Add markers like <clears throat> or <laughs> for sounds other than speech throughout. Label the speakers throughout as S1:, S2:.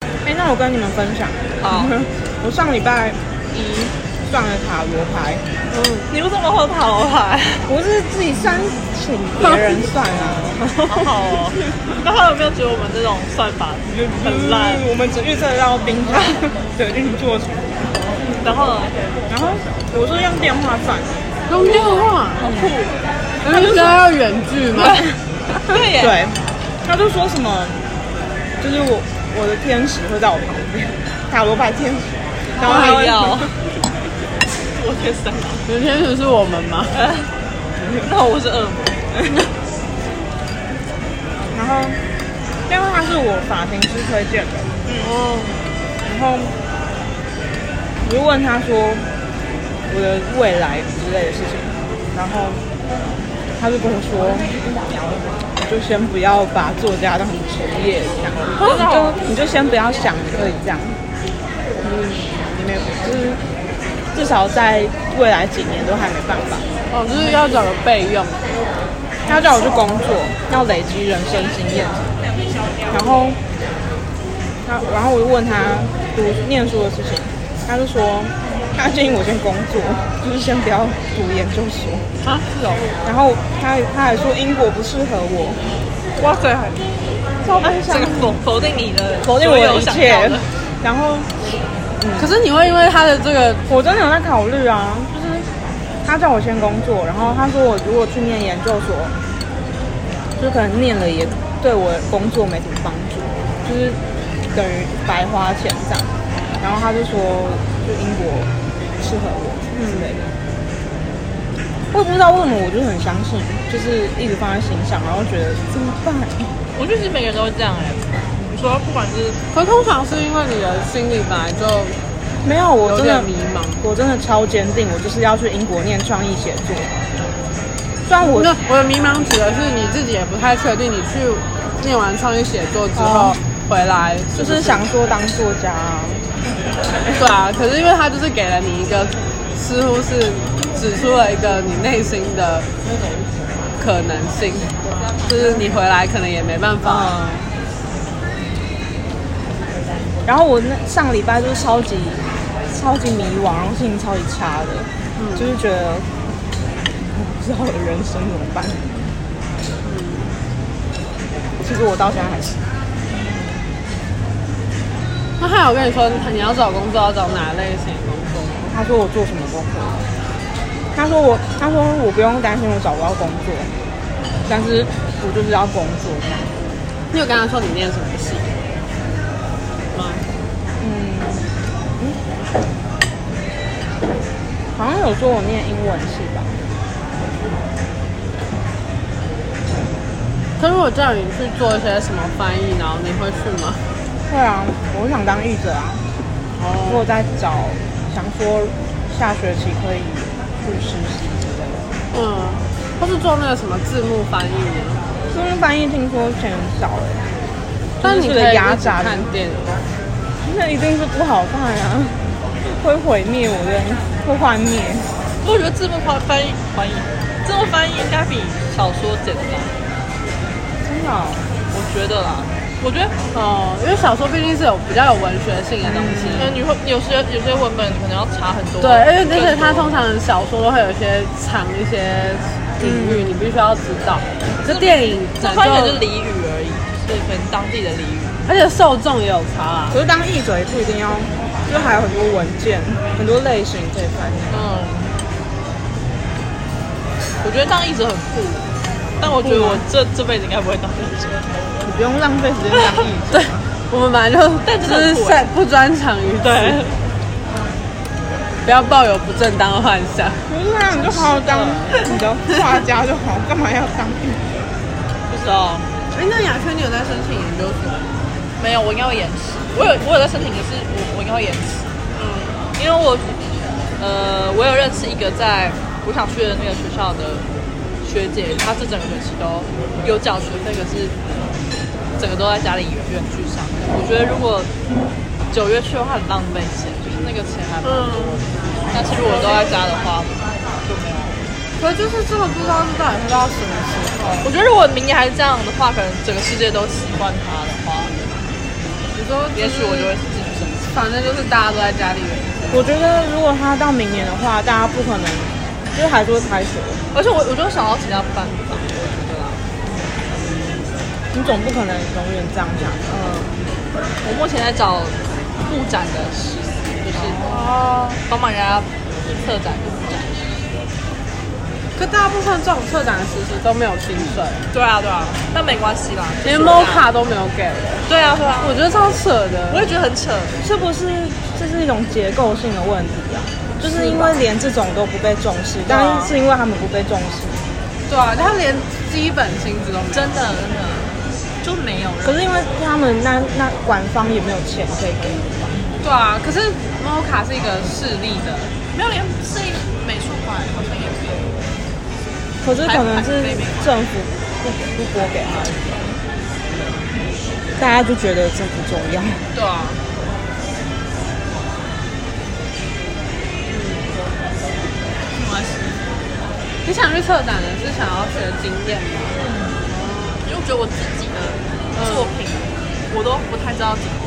S1: 哎我跟你们分享， <laughs>
S2: 好，
S1: 我上礼拜一算了塔罗牌，
S2: 你为什么会塔罗牌？
S1: 我是自己删请别人算啊，
S2: 好好哦。那他有没有觉得我们这种算法很烂？
S1: 嗯我们只预测到冰
S2: <laughs>
S1: 箱的运作，
S2: 然后呢
S1: 然后我是用电话算，
S3: 用电话，
S1: <laughs>
S3: 好酷！那需要要远距吗？
S2: 对耶，
S1: 对，他就说什么，就是我我的天使会在我旁边，塔罗牌天使，然后还
S2: 我
S1: 会
S2: 也要。我天神，
S3: 有天使是我们吗？
S2: 那我是恶魔。
S1: 然后电话是我法庭师推荐的，
S3: 哦，
S1: 然后我就问他说我的未来之类的事情，然后他就跟我说，就先不要把作家当成职业这样，你就你就先不要想可以这样，嗯，你没有，就是至少在未来几年都还没办法。
S3: 哦，就是要找个备用。
S1: 他叫我去工作，要累积人生经验。然后他，然后我就问他读念书的事情，他就说他建议我先工作，就是先不要读研究所。
S3: 啊，是哦。
S1: 然后他他还说英国不适合我，
S3: 哇塞，
S1: 超不
S2: 啊这个否否定你的
S1: 否定我
S2: 所
S1: 的
S2: 有
S1: 一
S2: 想
S1: 切
S2: 到的。
S1: 然后
S3: 可是你会因为他的这个，
S1: 我真的有在考虑啊，就是他叫我先工作，然后他说我如果去念研究所，就可能念了也对我工作没什么帮助，就是等于白花钱这样。然后他就说，就英国适合我之类的。我也不知道为什么，我就很相信，就是一直放在心上，然后觉得怎么办？
S2: 我觉得其实每个人都会这样哎、你说不管是
S3: 可通常是因为你的心里本来就
S1: 没有，我
S3: 有
S1: 真的
S3: 点迷茫。
S1: 我真的超坚定，我就是要去英国念创意写作。虽然我
S3: 那我的迷茫指的是你自己也不太确定，你去念完创意写作之后
S1: 哦
S3: 回来是
S1: 就
S3: 不
S1: 是想说当作家、啊，
S3: 对啊，可是因为他就是给了你一个，似乎是指出了一个你内心的可能性，就是你回来可能也没办法。
S1: 嗯。然后我那上个礼拜就是超级超级迷惘，然后心情超级差的，就是觉得我不知道我的人生怎么办。其实我到现在还是，
S3: 那他有跟你说你要找工作要找哪类型的工作吗？
S1: 他说我做什么工作，他说我他说我不用担心我找不到工作，但是我就是要工作这样。
S3: 你有跟他说你念什么系吗？
S1: 嗯，好像有说我念英文系吧？
S3: 他如果叫你去做一些什么翻译，然后你会去吗？
S1: 对啊，我想当译者啊。我有在找，想说下学期可以去实习之类的。
S3: 嗯，或是做那个什么字幕翻译呢？
S1: 中文翻译听说钱很少哎、
S3: 但你可
S1: 就是
S3: 以
S1: 压
S3: 一直
S1: 榨
S3: 看电影。
S1: 那一定是不好看啊， <laughs> 会毁灭我的，会幻灭。
S2: 不过我觉得字幕翻翻译翻译，字幕翻译应该比小说简单，
S1: 真的哦、
S2: 我觉得啦。我觉得
S3: 哦，因为小说毕竟是有比较有文学性的东西。
S2: 可能你会有些有些文本可能要查很多，
S3: 对，而且而且它
S2: 从
S3: 通常小说都会有一些藏一些隐喻，你必须要知道。嗯这电影
S2: 这
S3: 讲
S2: 翻译就是
S3: 究，
S2: 俚语而已，就是可能当地的俚语。
S3: 而且受众也有差啊。
S1: 可是当译者也不一定要，就还有很多文件、很多类型可以翻译。
S2: 嗯，我觉得当译者很酷，但我觉得我这这辈子应该不会当译者。
S1: 你不用浪费时间当译 <laughs> 者。
S3: 对，我们本来就
S2: 但真
S3: 就
S2: 的很
S3: 是
S2: 酷
S3: 擅不专长于此，
S2: 对，
S3: 不要抱有不正当的幻想。
S1: 不是啊，你就好好当你的画家就好，干嘛要当艺人？
S2: <laughs> 不知道，
S3: 哎，那雅轩，你有在申请研究所？
S2: 没有，我应该会延迟。我有我有在申请，可是我我应该会延迟。嗯，因为我呃，我有认识一个在我想去的那个学校的学姐，她这整个学期都有缴学费，可是整个都在家里远距上。我觉得如果九月去的话很浪费钱，就是那个钱还蛮多。
S3: 嗯
S2: 但是如果都在家的话，就没有。
S3: 可就是真的不知道是到底是到什么时候。
S2: 我觉得如果明年还是这样的话，可能整个世界都习惯他的话，
S3: 你说，
S2: 也许我就会是自己
S3: 反正就是大家都在家里
S1: 我觉得如果他到明年的话，大家不可能就是还是会开学，
S2: 而且我我就想到其他办法，
S1: 你总不可能永远这样想。
S2: 嗯，我目前在找布展的实习，就是
S3: 哦。
S2: 帮忙人家策展的布展。
S3: 可大部分这种策展的实习都没有薪水，
S2: 对啊对啊，但没关系啦，
S3: 连
S2: 就是我
S3: m
S2: 这样
S3: 卡都没有给我，
S2: 对啊对啊，
S3: 我觉得超扯
S2: 我
S3: 的。
S2: 也觉得很扯，
S1: 是不是这是一种结构性的问题啊？就是因为连这种都不被重视，
S3: 对啊
S1: 但是因为他们不被重视。
S3: 对啊，他连基本薪资都没有。
S2: 真的真的就没有了。
S1: 可是因为他们那那管方也没有钱可以给你，
S3: 对啊，可是 m 卡是一个势利的，
S2: 没有连市立美术馆好像也没有。
S1: 可是可能是政府不不拨给他们，大家就觉得这不重要。
S2: 对啊，没关系，
S3: 你想去策展的是想要学经验吗？
S2: 因为我觉得我自己的作品，我都不太知道怎么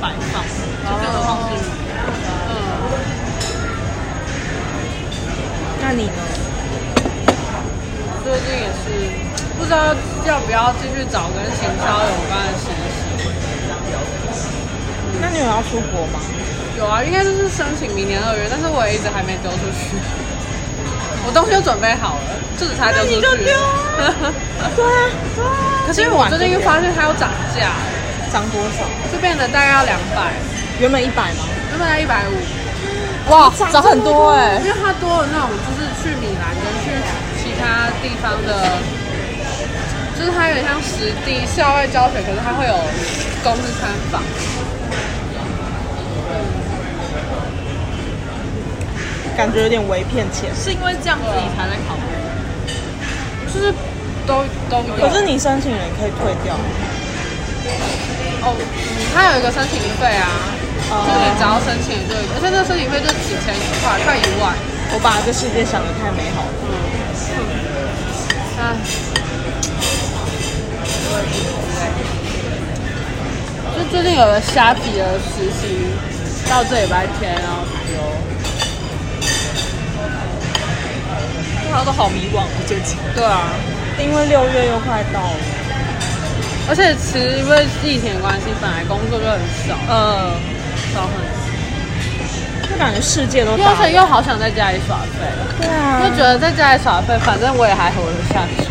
S2: 摆放，就更何况是
S3: 嗯，
S1: 那你呢？
S3: 最近也是不知道要不要继续找跟行销有关的实习。
S1: 那你有要出国吗？
S3: 有啊，应该就是申请明年二月，但是我也一直还没丢出去。 <laughs> 我东西都准备好了，就只差丢出
S1: 那你
S3: 去。
S1: 就丢啊对啊，对啊。
S3: <laughs> 可是因为我最近又发现它又涨价，
S1: 涨多少？
S3: 就变得大概要两百，
S1: 原本一百吗？
S3: 原本才一百五。
S2: 哇
S1: 涨很多哎
S3: 因为它多了那种就是去米兰跟去其他地方的，就是它有点像实地校外教学，可是它会有公司参访。
S1: 感觉有点为骗钱。
S2: 是因为这样子你才在考虑，
S3: 就是都都有。
S1: 可是你申请了，你可以退掉。
S3: 哦，嗯它有一个申请费啊，就是你只要申请就有一个，而且那个申请费就几千块，快一万。
S1: 我把这世界想得太美好了。
S3: 唉，就最近有个虾皮的实习，到这礼拜天，然后有。
S2: 大家都好迷惘，我最近。
S3: 对啊，
S1: 因为六月又快到了，
S3: 而且其实因为疫情的关系，本来工作就很少，
S2: 呃，
S3: 少很
S1: 就感觉世界都
S3: 多，
S1: 大
S3: 而且
S1: 了。
S3: 又好想在家里耍废，
S1: 对啊
S3: 就觉得在家里耍废，反正我也还活得下去。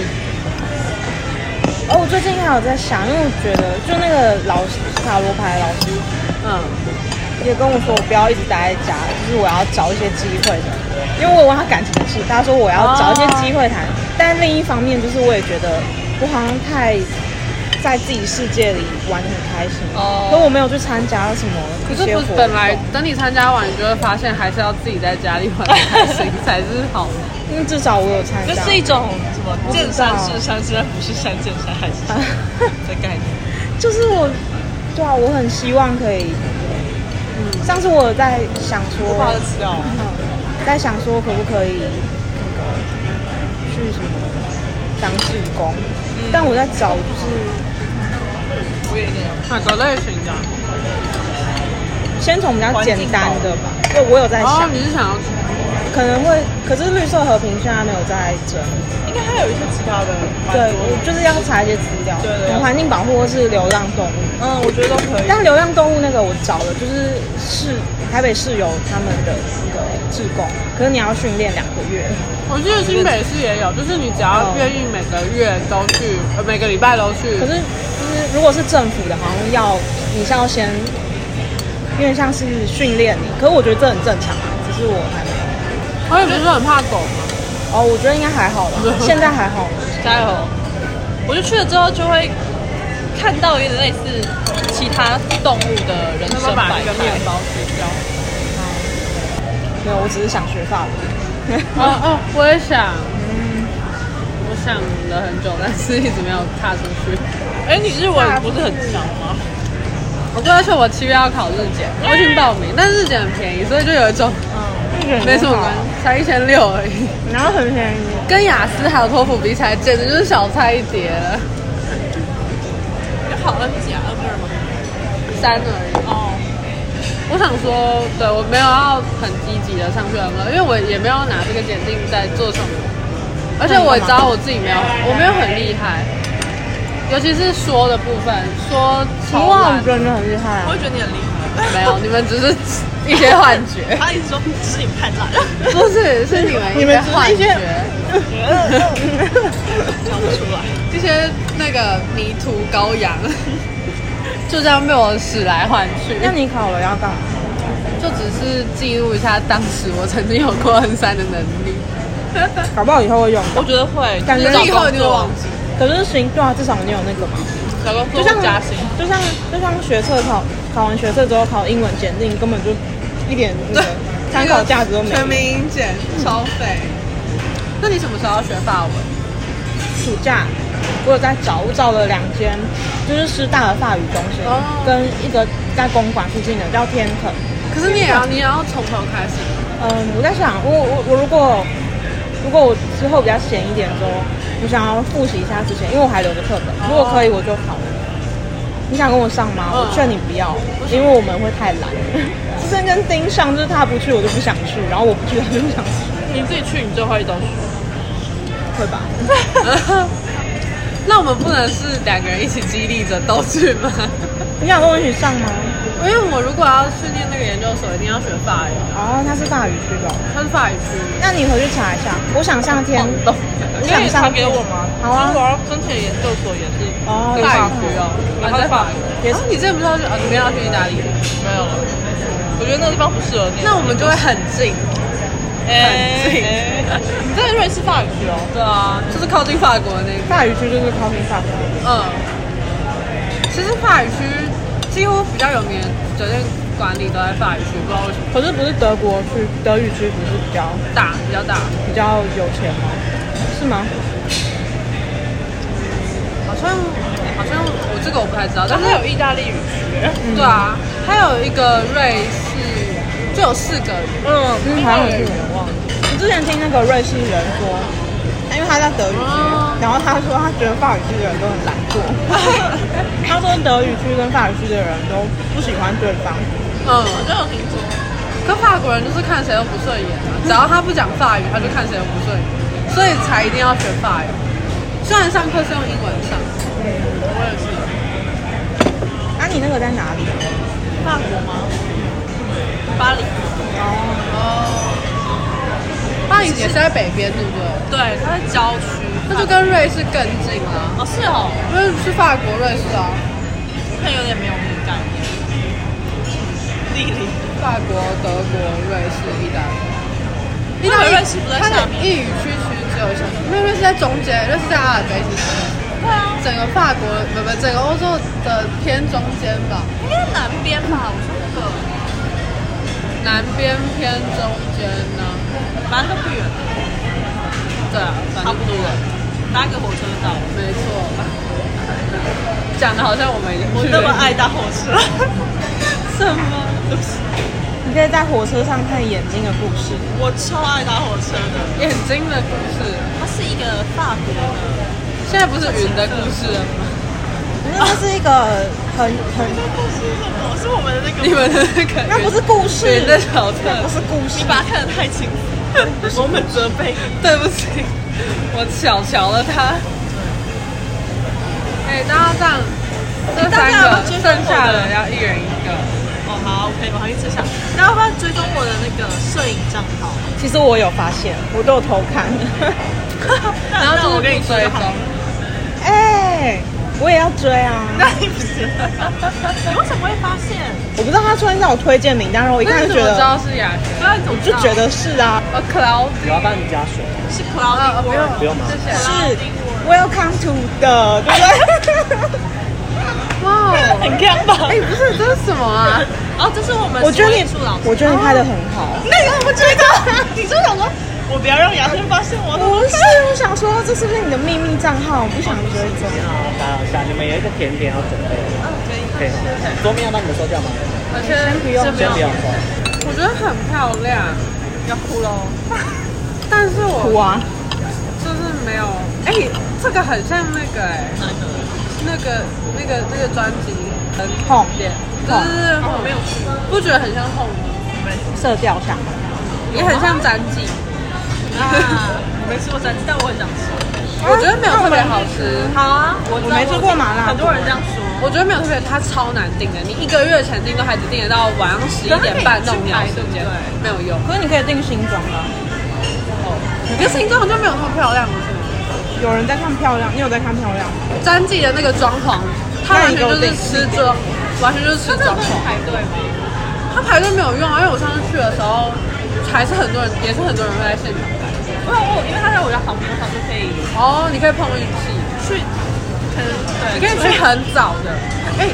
S1: 哦，我最近还有在想，因为我觉得就那个老师塔罗牌老师
S3: 嗯，
S1: 也跟我说，我不要一直待在家，就是我要找一些机会什么的。因为我有问他感情的事，他说我要找一些机会谈。但另一方面，就是我也觉得我好像太在自己世界里玩得很开心，
S2: 哦
S1: 可我没有去参加什么
S3: 可
S1: 一
S3: 是
S1: 些
S3: 不
S1: 活动。
S3: 本来等你参加完，你就会发现还是要自己在家里玩得开心才是好的。
S1: 因为至少我有参
S2: 这
S1: 加。
S2: 是一种什么
S1: 我不知道
S2: 见山是山，虽然不是山见山还是山的概念。
S1: <laughs> 就是我，对啊，我很希望可以。嗯，上次我有在想说，
S2: 不好意思哦，
S1: 嗯在想说可不可以那个去什么当志工，
S2: 嗯
S1: 但我在找就是
S2: 我也那样。
S3: 啊，狗类群的。
S1: 先从比较简单的吧，就我有在
S3: 哦
S2: 啊
S1: 想，，
S3: 你是想要
S1: 可能会，可是绿色和平现在没有在整，
S2: 应该还有一些其他的。
S1: 对我就是要查一些资料，
S2: 对对
S1: 可能环境保护或是流浪动物。
S2: 嗯，我觉得都可以。
S1: 但流浪动物那个我找了，就是市台北市有他们的那个志工，可是你要训练两个月。
S2: 嗯
S3: 我记得新北市也有，就是你只要愿意每个月都去，呃，每个礼拜都去
S1: 可。是就是如果是政府的，好像要你是要先，有点像是训练你。可是我觉得这很正常啊，只是我还没有。
S3: 我也不是很怕狗嘛。
S1: 哦，我觉得应该还好
S2: <laughs>
S1: 吧，现在还好。
S2: 加油！我就去了之后就会看到有点类似其他动物的人
S3: 那
S2: 生
S3: 么把
S2: 百
S3: 那个面
S2: 态。
S3: 包吃掉。
S1: 没有，我只是想学法文。
S3: 哦哦，我也想。嗯我想了很久，但是一直没有踏出去。
S2: 哎，你日文不是很强吗？
S3: 我不知道，而且我七月要考日检，我已经报名，但日检很便宜，所以就有一种
S1: 嗯，
S3: 没什么关系，才一千六而已，
S1: 然后很便宜。
S3: 跟雅思还有托福比起来，简直就是小菜一碟了，
S2: 你考 N 几啊？N 二吗？
S3: 三而已。
S2: 哦，我
S3: 我想说，对我没有要很积极的上去很因为我也没有拿这个检定在做什么，而且我也知道我自己没有，我没有很厉害，尤其是说的部分，说超
S1: 哇，
S3: 烂
S1: 你，真的很厉害啊
S2: 我 <laughs> 会！觉得你很厉害。
S3: 没有，你们只是一些幻觉，
S2: 他一直说是你们太烂了，
S3: 不是，是你们
S1: 你们只
S3: 幻
S1: 是一些
S3: 觉，
S2: 讲不出来。
S3: 一些那个迷途羔羊， <laughs> 就这样被我使来唤去。
S1: 那你考了要干嘛？
S3: 就只是记录一下当时我曾经有过 N 三的能力，
S1: 搞不好以后会用。
S2: 我觉得会，
S1: 感觉
S2: 就是找
S1: 以
S3: 后
S2: 工
S3: 一定会
S2: 作
S3: 忘记
S1: 可是行，对啊，至少你有那个嘛。
S2: 找工
S1: 就
S2: 作
S1: 像
S2: 加薪，
S1: 就像就像学测考考完学测之后考英文检定，根本就一点那个参考价值都没有。
S3: 民英检超费。那你什么时候要学法文？
S1: 暑假我有在找，我找了两间，就是师大的法语中心，
S3: 哦
S1: 跟一个在公馆附近的叫天肯。
S3: 可是你也啊要，你也要从头开始。
S1: 嗯，我在想，我我我如果如果我之后比较闲一点之后，我想要复习一下之前，因为我还留着课本，
S2: 哦
S1: 如果可以我就考了。你想跟我上吗？
S2: 嗯
S1: 我劝你不要，因为我们会太懒。 <laughs> 就是跟盯上，就是他不去我就不想去，然后我不去他就不想去，
S2: 你自己去，你最会都
S1: 会吧？ <laughs>
S3: 那我们不能是两个人一起激励着都去吗？
S1: 你想跟我一起上吗？
S3: 因为我如果要去念那个研究所，一定要学法语，
S1: 哦，他是大语区的哦，
S3: 它是法语区。
S1: 那你回去查一下。我想上天，
S3: 懂。
S1: 我
S2: 哦你
S1: 想
S2: 可以
S1: 上
S2: 传
S1: 天
S2: 给我吗？
S1: 好啊
S2: 就是我要申请研究所也是
S1: 哦，
S2: 啊
S3: 法语区哦，
S2: 你会法语
S1: 也
S3: 也
S1: 是
S3: 是你之前不是要去啊？你们要去意大利？
S2: 没有了。我觉得那个地方不适合念。
S3: 那我们就会很近，
S2: 哎
S3: 很近
S2: <laughs> 哎你在瑞士法语区哦？
S3: 对啊，就是靠近法国的那个。
S1: 大语区就是靠近法国。
S3: 嗯，其实法语区几乎比较有名的酒店管理都在法语区，不知道为什么
S1: 可是不是德国区德语区不是比较
S3: 大比较大，
S1: 比较有钱吗？是吗？
S3: 好像好像我这个我不太知道，
S2: 但
S3: 但是
S2: 是有意大利语
S1: 嗯
S3: 对啊，还有一个瑞士就有四个语，
S2: 嗯
S1: 嗯，好像是。我之前听那个瑞士人说，因为他在德语区，然后他说他觉得法语区的人都很懒 <laughs> 惰。他说德语区跟法语区的人都不喜欢对方。
S3: 嗯，
S2: 我真有听说，
S3: 可法国人就是看谁都不顺眼 <laughs> 啊，只要他不讲法语，他就看谁都不顺眼，所以才一定要学法语。虽然上课是用英文上，
S2: 我也是。
S1: 那、你那个在哪里？
S2: 法国吗？巴黎。
S1: 哦，
S3: 巴黎也是在北边，对不
S2: 对，
S3: 对？
S2: 它是郊区。
S3: 那就跟瑞士更近了，
S2: 哦，是哦，
S3: 因为是法国瑞士啊。
S2: 那有点没有那个概念。地理。
S3: 法国、德国、瑞士、意大利。
S2: 意大利瑞士不在
S3: 它
S2: 下
S3: 的
S2: 面
S3: 意语区其实只有一小部分，因为瑞士在中间，瑞士在阿尔卑斯山，
S2: 对啊，
S3: 整个法国不不，整个欧洲的偏中间吧，
S2: 应该南边吧？我说那个，
S3: 南边偏中间呢、
S2: 反正都不远，
S3: 对啊，反
S2: 差不
S3: 正
S2: 多了，搭个火车就到了。
S3: 没错。讲的好像我们已经
S2: 我
S3: 去
S2: 那么
S3: 了
S2: 爱搭火车，
S3: 什么？
S2: 对不起，
S1: 你可以在火车上看眼睛的故事。
S2: <laughs> 我超爱搭火车的。
S3: 眼睛的故事，
S2: 它是一个法国的，
S3: 现在不是云的故事了吗？
S1: 那那是一个很很，
S2: 这故事是什么？是我们的那个。
S3: 你们的那个
S1: 那不是故事，
S3: 云的小特，
S1: 那不是故事
S2: 你。把它看得太清楚，我们责备。
S3: 对不起，我小瞧了他。哎、大家这样，这
S2: 大家
S3: 三
S2: 有没有
S3: 个
S2: 追踪
S3: 剩下
S2: 我
S3: 的
S2: 的
S3: 要一人一个。
S2: 哦，好，我可以马上去吃下。然后要不要追踪我的那个摄影账号？
S1: 其实我有发现，我都有偷看。
S2: 然
S3: 然后就是
S2: 我跟你
S3: 不
S2: 说
S3: 追
S2: 好
S3: 踪
S2: 了，
S1: 哎、我也要追啊！
S2: 那你不是？ <laughs> 你为什么会发现？
S1: 我不知道他出现在我推荐名单，然后我一
S3: 那
S1: 看
S3: 你
S1: 就
S3: 怎
S1: 觉
S3: 么
S1: 得，
S3: 知道是雅轩？
S2: 那你怎么知
S1: 就
S2: 道
S1: 觉得是啊，
S3: 呃 c l o u
S4: 我要帮你加水，
S2: 是
S3: 啊，
S2: Cloudy
S3: 不用
S2: World？
S4: 不用吗
S3: 谢谢。
S1: 是 Welcome to 的，对不对？
S3: 哇哦，
S2: 很看吧？
S3: 哎、不是，这是什么啊？
S2: 哦，这是我们
S1: 我觉得你
S2: 数位数老，师
S1: 我觉得你拍的很好。
S2: 那你怎么知道？你就想说，我不要让牙轩发现我
S1: 不是，我想说这是不是你的秘密账号？我不想追踪。
S4: 好，
S2: 啊
S4: 打扰一下，你们有一个甜点要准备，
S2: 哦
S4: 可以吗？桌面要帮你们收掉吗？
S3: 我嗯先
S1: 不用
S3: 先
S4: 先不要收，
S3: 我觉得很漂亮，要哭喽。 <laughs> 但是我
S1: 哇，
S3: 就是没有，哎、这个很像那个哎、那个那个那个专辑很
S1: 痛
S2: 脸
S1: 痛
S3: 就是哦没有不觉得很像痛吗？
S1: 色调上，
S3: 也很像展记，
S2: 啊，我没吃过三鸡，但我很想吃。
S3: 我觉得没有特别好吃。
S2: 好啊，我知
S1: 我
S2: 道
S1: 没吃过麻辣
S2: 很多人这样说。
S3: 我觉得没有特别，它超难订的。你一个月前订都还只订得到晚上十一点半那种鸟时间，没有用。
S1: 可是你可以订新装的啊。
S3: 可是新装就没有那么漂亮了，是吗？
S1: 有人在看漂亮，你有在看漂亮吗？
S3: 詹记的那个装潢，它完全就是吃装，完全就是吃装潢。
S2: 排队吗？
S3: 它排队没有用啊，因为我上次去的时候，还是很多人，也是很多人会在现场排。
S2: 不然我因为他在我家旁边，他就可以
S3: 哦，你可以碰运气，
S2: 去，可能对，
S3: 你可以去很早的，哎、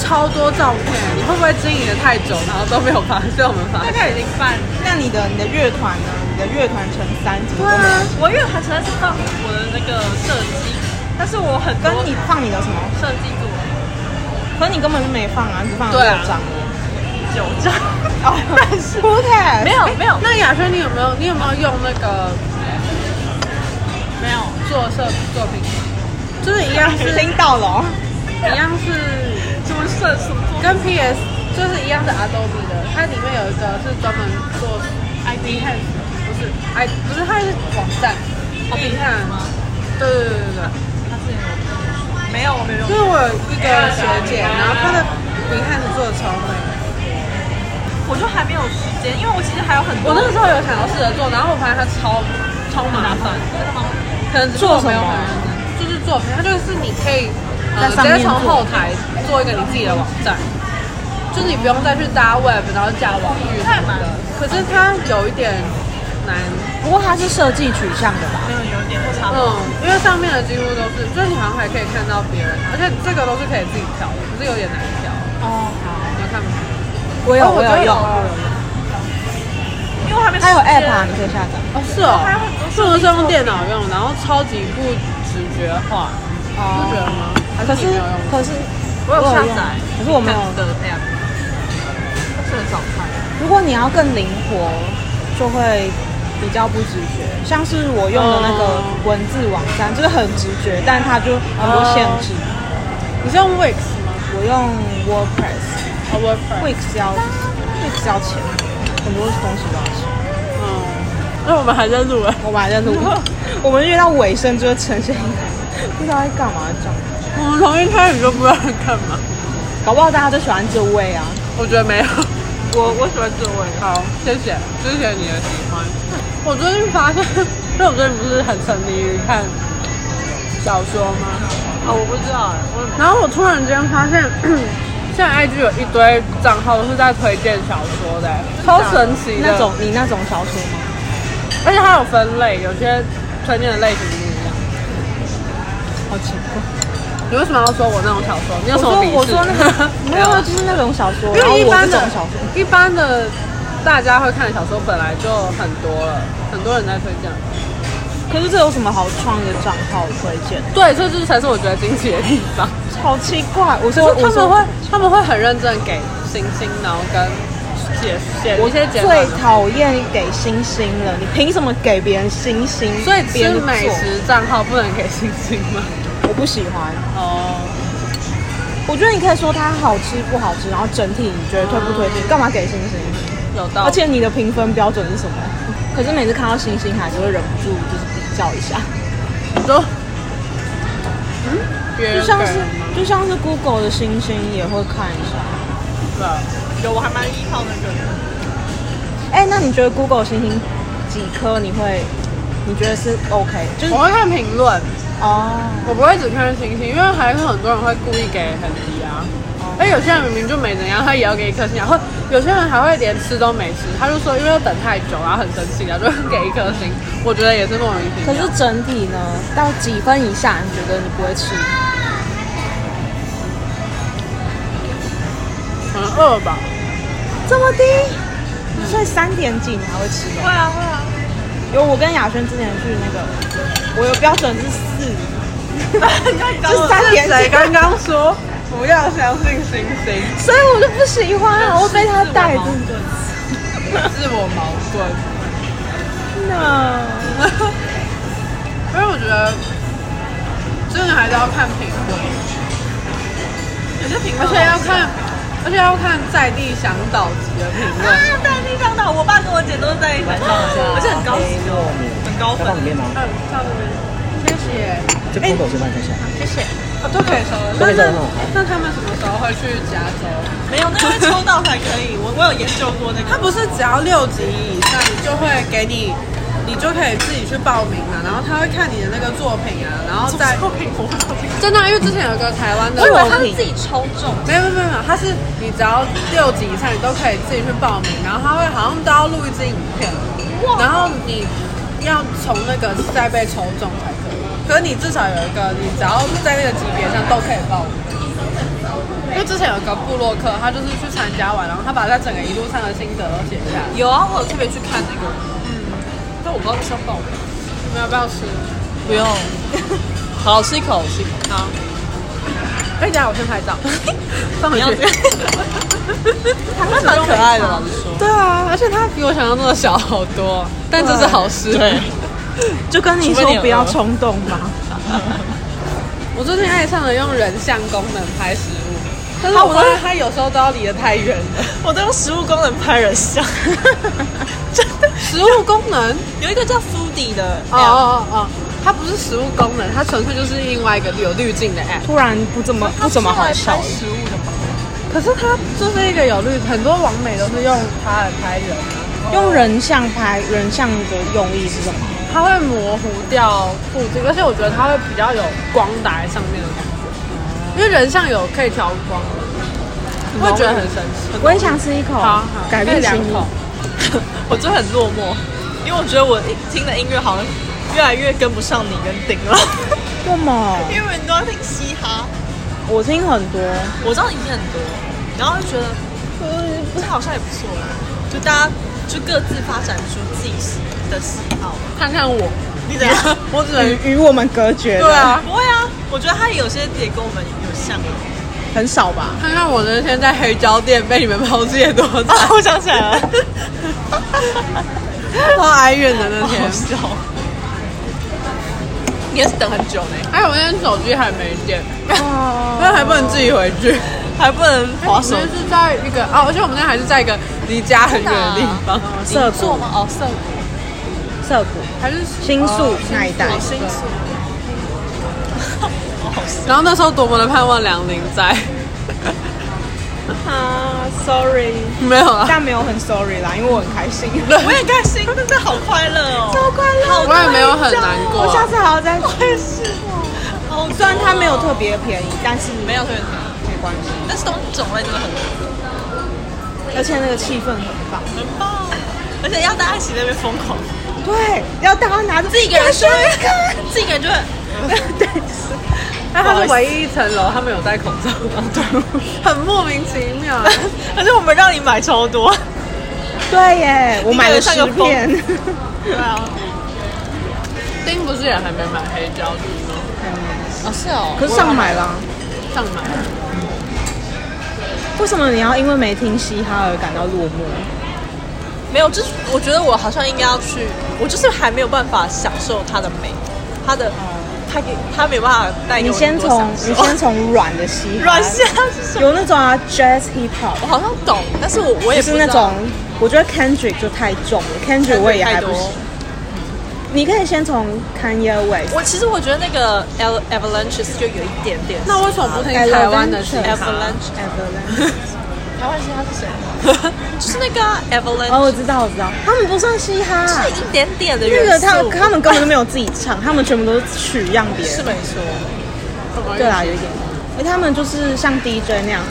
S3: 超多照片，你会不会经营的太久，然后都没有发现我们
S2: 大
S3: 发现？
S2: 概已经半。
S1: 那你的你的乐团呢？你的乐团成三怎么都没有？
S2: 我因为他实在是放我的那个设计，但是我很多
S1: 跟你放你的什么？
S2: 设计过
S1: 可是你根本就没放啊，你只放了
S3: 对
S1: 六
S3: 啊
S1: 张。
S2: 九张，
S1: 哦， <laughs> 但是不太
S3: <laughs>
S2: 没有没有
S3: 那雅轩，你有没有你有没有用那个
S2: 没有，
S3: 做设作品？就是一样
S1: <laughs>
S3: 是
S1: 听到了哦。
S3: 一样是
S2: 什么设什么
S3: 跟 PS 就是一样是 Adobe 的，它里面有一个是专门做
S2: ID 还是
S3: 不是哦哎不是它是网站，
S2: 你看吗？
S3: 对对对对对。
S2: 他是没有我没有
S3: 就是我有一个学姐，然后她的饼汉子做的超美。
S2: 我就还没有时间，因为我其实还有很多
S3: 我那个时候有想要试着做，然后我发现它超超麻烦，可能只是我没有很认真就是作品，它就是你可以呃
S1: 在
S3: 直
S1: 上面
S3: 接从后台做一个你自己的网站，就是你不用再去搭 web，然后架网域什么的。可是它有一点难，
S1: 不过它是设计取向的吧？
S2: 没有有点不差
S3: 嗯，因为上面的几乎都是，就是你好像还可以看到别人，而且这个都是可以自己调的，可是有点难调。
S1: 哦，
S3: 你有看吗？
S1: 我有我
S3: 哦觉得
S1: 有用，
S3: 我有
S2: 因为我还没
S1: 它有 app 啊，你可以下载。
S3: 哦，是哦
S2: 还有很多，
S3: 这个是用电脑用，然后超级不直觉化，不觉得吗？还
S1: 可是
S3: 是你没有用？
S1: 可是
S2: 我有下载，
S1: 可是我没有。
S2: 的 app，是很少看。
S1: 如果你要更灵活，就会比较不直觉。像是我用的那个
S3: 哦
S1: 文字网站，就是很直觉，但它就很多限制。
S3: 你是用 Wix 吗？
S1: 我用 WordPress，Wix
S3: 啊，WordPress。
S1: 要 Wix 要钱，很多东西都要钱。
S3: 嗯，那我们还在录哎，
S1: 我们还在
S3: <laughs>
S1: 录，我们越到尾声就会呈现一个不知道在干嘛的状态。
S3: 我们从一开始就不知道在干嘛。
S1: 搞不好大家都喜欢这位啊。
S3: 我觉得没有。
S2: 我我喜欢这位，
S3: 好，谢谢，谢谢你的喜欢。我最近发现，因为我最近不是很沉迷于看小说吗？
S2: 哦，我不知道哎，我
S3: 然后我突然间发现， <clears throat> 现在 IG 有一堆账号都是在推荐小说的、超神奇的。
S1: 那种你那种小说吗？
S3: 而且它有分类，有些推荐的类型不一样。
S1: 好奇怪。
S3: 你为什么要说我那种小说？你有
S1: 我
S3: 什么
S1: 说
S3: 鄙视？
S1: 我说那 <laughs> 个没有，
S3: 啊
S1: 就是那种小说，
S3: 因
S1: 然后
S3: 为一
S1: 我
S3: 般
S1: 这
S3: 的
S1: 种小说。
S3: 一般的大家会看的小说本来就很多了，很多人在推荐。
S1: 可是这有什么好创一个账号推荐？
S3: 对，这就是才是我觉得惊奇的地方。
S1: 好奇怪。我
S3: 就
S1: 说
S3: 是他
S1: 我说
S3: 们会他们会很认真地给星星，然后跟写写
S1: 我
S3: 一些简短
S1: 最
S3: 的。
S1: 讨厌给星星了，你凭什么给别人星星？
S3: 所以
S1: 别
S3: 吃
S1: 人的
S3: 美
S1: 作
S3: 食账号不能给星星吗？
S1: 我不喜欢。
S3: 哦，
S1: 我觉得你可以说它好吃不好吃，然后整体你觉得推不推荐？干嘛给星星？
S3: 有
S1: 而
S3: 道理。
S1: 且你的评分标准是什么？哦可是每次看到星星，还是会忍不住就是比较一下，
S3: 你说，嗯，别
S1: 就
S3: 人
S1: 像
S3: 给
S1: 是就像是 Google 的星星也会看一下。
S3: 是吧
S2: 有我还蛮依靠那个的。
S1: 哎、那你觉得 Google 星星几颗你会？你觉得是 OK？就是
S3: 我会看评论，
S1: 哦，
S3: 我不会只看星星，因为还是很多人会故意给很低啊。而有些人明明就没怎样，他也要给一颗星，然后有些人还会连吃都没吃，他就说因为要等太久，然后很生气，然后就给一颗星。我觉得也是莫名其
S1: 可
S3: 妙。
S1: 是整体呢，到几分以下你觉得你不会吃？
S3: 可能饿吧，
S1: 这么低？所以三点几你还会吃哦？
S2: 会啊会啊，
S1: 有我跟雅轩之前去那个，我有标准是
S2: <laughs>
S1: 四，就是三点
S3: 谁
S1: 几，
S3: 刚刚说不要相信星星，
S1: 所以我就不喜欢啊，我被他带着。
S3: 自我矛盾。
S1: 那
S3: 因为我觉得真的还是要看评论。
S2: 有些评
S3: 而
S2: 论
S3: 且要看，而且要看在地向导级的评论。
S2: 啊，在地向导，我爸跟我姐都是在地向导，而且很高兴，
S4: 肉米，
S2: 很高
S4: 要
S2: 分
S4: 放里面吗？
S3: 嗯谢谢。
S4: 这锅狗先帮你看一下。
S3: 哦，都可以收了。
S4: 都可
S3: 那
S4: 以收
S3: 那
S4: 了哦哈
S3: 那他们什么时候会去加州？
S2: 没有，那因为抽到才可以，我我有研究过那个。
S3: 他不是只要六级以上就会给你，你就可以自己去报名嘛，然后他会看你的那个作品啊，然后再
S2: 作品，我不知道品。
S3: 真的啊、因为之前有个台湾的，
S1: 我以为他是自
S3: 己抽中，没有没有没有，他是你只要六级以上你都可以自己去报名，然后他会好像都要录一支影片，然后你要从那个再被抽中才可以，可是你至少有一个，你只要在那个级别上都可以报名。因为之前有个布洛克，他就是去参加完，然后他把他整个一路上的心得都写下来。
S2: 有啊，我有特别去看那个，嗯，但我不知道是要报名。
S3: 你们要不要吃？
S2: 不用。 <laughs> 好，吃一口，吃一口。好，
S3: <laughs> 哎，等一下我先拍照，放回
S2: 你要
S3: 去
S2: 这。样。还蛮可爱的，老实说。
S3: <laughs> 对啊，而且它比我想象中的小好多，但这是好事。
S2: 对，
S1: 就跟你
S2: 除非你
S1: 说
S2: 有
S1: 不要
S2: 饿
S1: 冲动嘛。
S3: 我最近爱上了用人像功能拍食物，但啊是我发现它有时候都要离得太远了。
S2: 我都用食物功能拍人像，真的
S3: 食物功能？
S2: 有一个叫 Foodie 的
S3: 哦
S2: app，
S3: 哦哦，它不是食物功能，它纯粹就是另外一个有滤镜的 app。
S1: 突然不怎
S2: 哦
S1: 么不怎么好笑了，
S3: 可是它就是一个有滤，很多网美都是用它来拍人啊，
S1: 用人像拍人像的用意是什么？
S3: 它会模糊掉附近，而且我觉得它会比较有光打在上面的感觉，因为人像有可以调光，我会觉得很神奇。
S1: 我也想吃一口，
S3: 好好，
S1: 改变
S3: 两
S1: 心意。
S3: 口。
S2: <laughs> 我就很落寞，因为我觉得我听的音乐好像越来越跟不上你跟丁 <laughs> 了，
S1: 为什么？
S2: 因为你都要听嘻哈，
S1: 我听很多，
S2: 我知道你听很多，然后就觉得，呃，这好像也不错啦，就大家就各自发展出自己的喜好。
S3: 看看我，
S2: 你怎样？ <laughs>
S3: 我只能
S1: 与与我们隔绝。
S3: 对啊，
S2: 不会啊，我觉得他有些也跟我们有像。啊
S1: 很少吧？
S3: 看看我那天在黑胶店被你们抛弃了多 <laughs> 惨，
S2: 啊，我想起来了，
S3: 超哀怨的那天
S2: 好。笑。你也是等很久呢，
S3: <laughs> 还有我那天手机还没电，
S1: 哦，
S3: 那还不能自己回去。
S2: 还不能
S3: 我
S2: 滑手
S3: 们是在一个哦，而且我们那还是在一个离家很远的地方，
S1: 涩
S2: 做
S1: 谷，
S2: 吗？哦，色
S1: 涩谷，
S3: 还是
S1: 新宿那一带
S2: 谷，星宿。哦我好笑
S3: 然后那时候多么的盼望梁林在， <laughs>
S1: 啊，sorry，
S3: 没有啊，
S1: 但没有很 sorry 啦，因为我很开心。
S2: 我也开心，真的好快乐哦，
S1: 快乐
S3: 我也没有很难过
S1: 我下次还要再。
S2: 好多哦
S1: 虽然它没有特别便宜，但是
S2: 没有特别甜，
S1: 没关系，
S2: 但是东西种类真的很多
S1: 而且那个气氛很棒。
S2: 很棒，而且要大家一起在那边疯狂，
S1: 对，要大家拿着自己一 <laughs> 个人说一个，
S2: 自己感觉很
S1: 对，
S3: 但它是唯一一层楼他们有戴口 <laughs> 罩，很莫名其妙。
S2: 而且我们让你买超多，
S1: 对耶，我买了十
S2: 你买
S1: 片，
S2: 对啊，
S3: <laughs> 丁不是也还没买黑胶机吗？
S2: 哦是哦，
S1: 可是上买啊啦。
S3: 上买了。
S1: 为什么你要因为没听嘻哈而感到落寞？
S2: 没有，就是我觉得我好像应该要去，我就是还没有办法享受它的美，它的，它给它没有办法带给
S1: 你
S2: 哎我
S1: 先
S2: 很多
S1: 从
S2: 享受
S1: 你先从软的嘻哈，
S2: 软下是什么？
S1: 有那种啊 jazz hip hop，
S2: 我好像懂，但是我我也
S1: 就
S2: 不
S1: 是那
S2: 知道
S1: 种，我觉得 Kendrick 就太重了，Kendrick 我也还不
S2: 太
S1: 行
S2: 多。
S1: 你可以先从 Kanye West，
S2: 我其实我觉得那个 Av- Avalanches 就有一点点，
S3: 那为什么不听台湾的
S1: Avalanche
S3: 嘻哈？
S2: Avalanche
S1: Avalanche
S2: 台湾嘻哈是谁？ <laughs> 就是那个啊 Avalanche，
S1: 哦，我知道，我知道，他们不算嘻哈，啊
S2: 就是一点点的元
S1: 那
S2: 素。
S1: 个他他们根本就没有自己唱，他们全部都是取样别
S2: 是
S1: 人。
S2: 没错，
S1: 对啦，有一点，而他们就是像 DJ 那样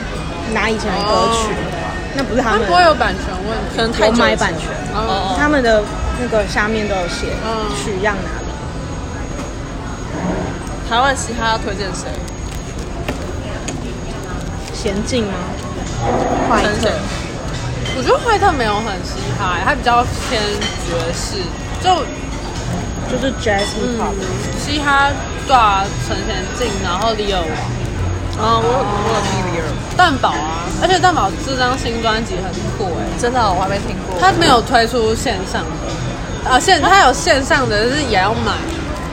S1: 拿以前的歌曲，那不是他
S3: 他
S1: 们
S3: 们不会有版权问题。
S2: 可能太
S1: 有
S2: 久
S1: 买
S2: 以前
S1: 版权。
S3: 哦，
S1: 他们的那个下面都有写
S3: 嗯
S1: 取样哪里。
S2: 台湾嘻哈要推荐谁？
S1: 娴静吗？坏
S2: 推荐谁
S1: 特，
S3: 我觉得怀特没有很嘻哈、欸他比较偏爵士，就
S1: 就是 jazz hip hop，
S3: 嘻哈对啊，陈贤进，然后李尔王、
S2: 啊，我有我有听 Leo，
S3: 蛋堡啊，而且蛋堡这张新专辑很酷哎、
S2: 真的我还没听过。
S3: 他没有推出线上的，啊线他有线上的，就是也要买，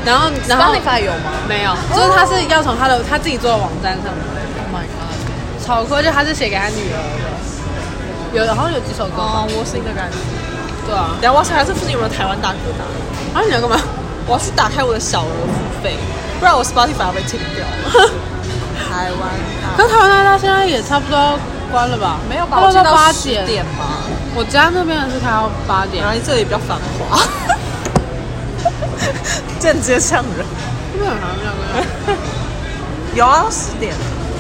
S3: 然后然后
S2: 有吗？
S3: 没有，就是他是要从他的他自己做的网站上买。
S2: Oh my god！
S3: 超酷，而且他是写给他女儿的，有好像有几首歌吧，
S2: 哦，窝心的感觉。
S3: 对啊，
S2: 等一下，我要去还是附近有没有台湾大哥大？
S3: 啊你要干嘛？ <laughs>
S2: 我要去打开我的小额付费，不然我 Spotify 会被清掉。 <laughs> 台湾大
S3: 可台湾大家现在也差不多要关了吧？
S2: 没有吧？
S3: 他
S2: 我
S3: 们
S2: 记得
S3: 到
S2: 到
S3: 八
S2: 10
S3: 点，
S2: 点嘛，
S3: 我家那边是开到八点
S2: 然，后这里比较繁华， <laughs> 间接呛人。
S3: 这边有啥没有关？
S2: <laughs> 有啊，十点，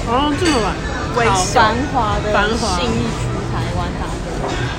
S3: 哦，这么晚。
S2: 微
S1: 好
S2: 笑
S1: 繁华的
S3: 繁华
S1: 信义区台湾大哥大。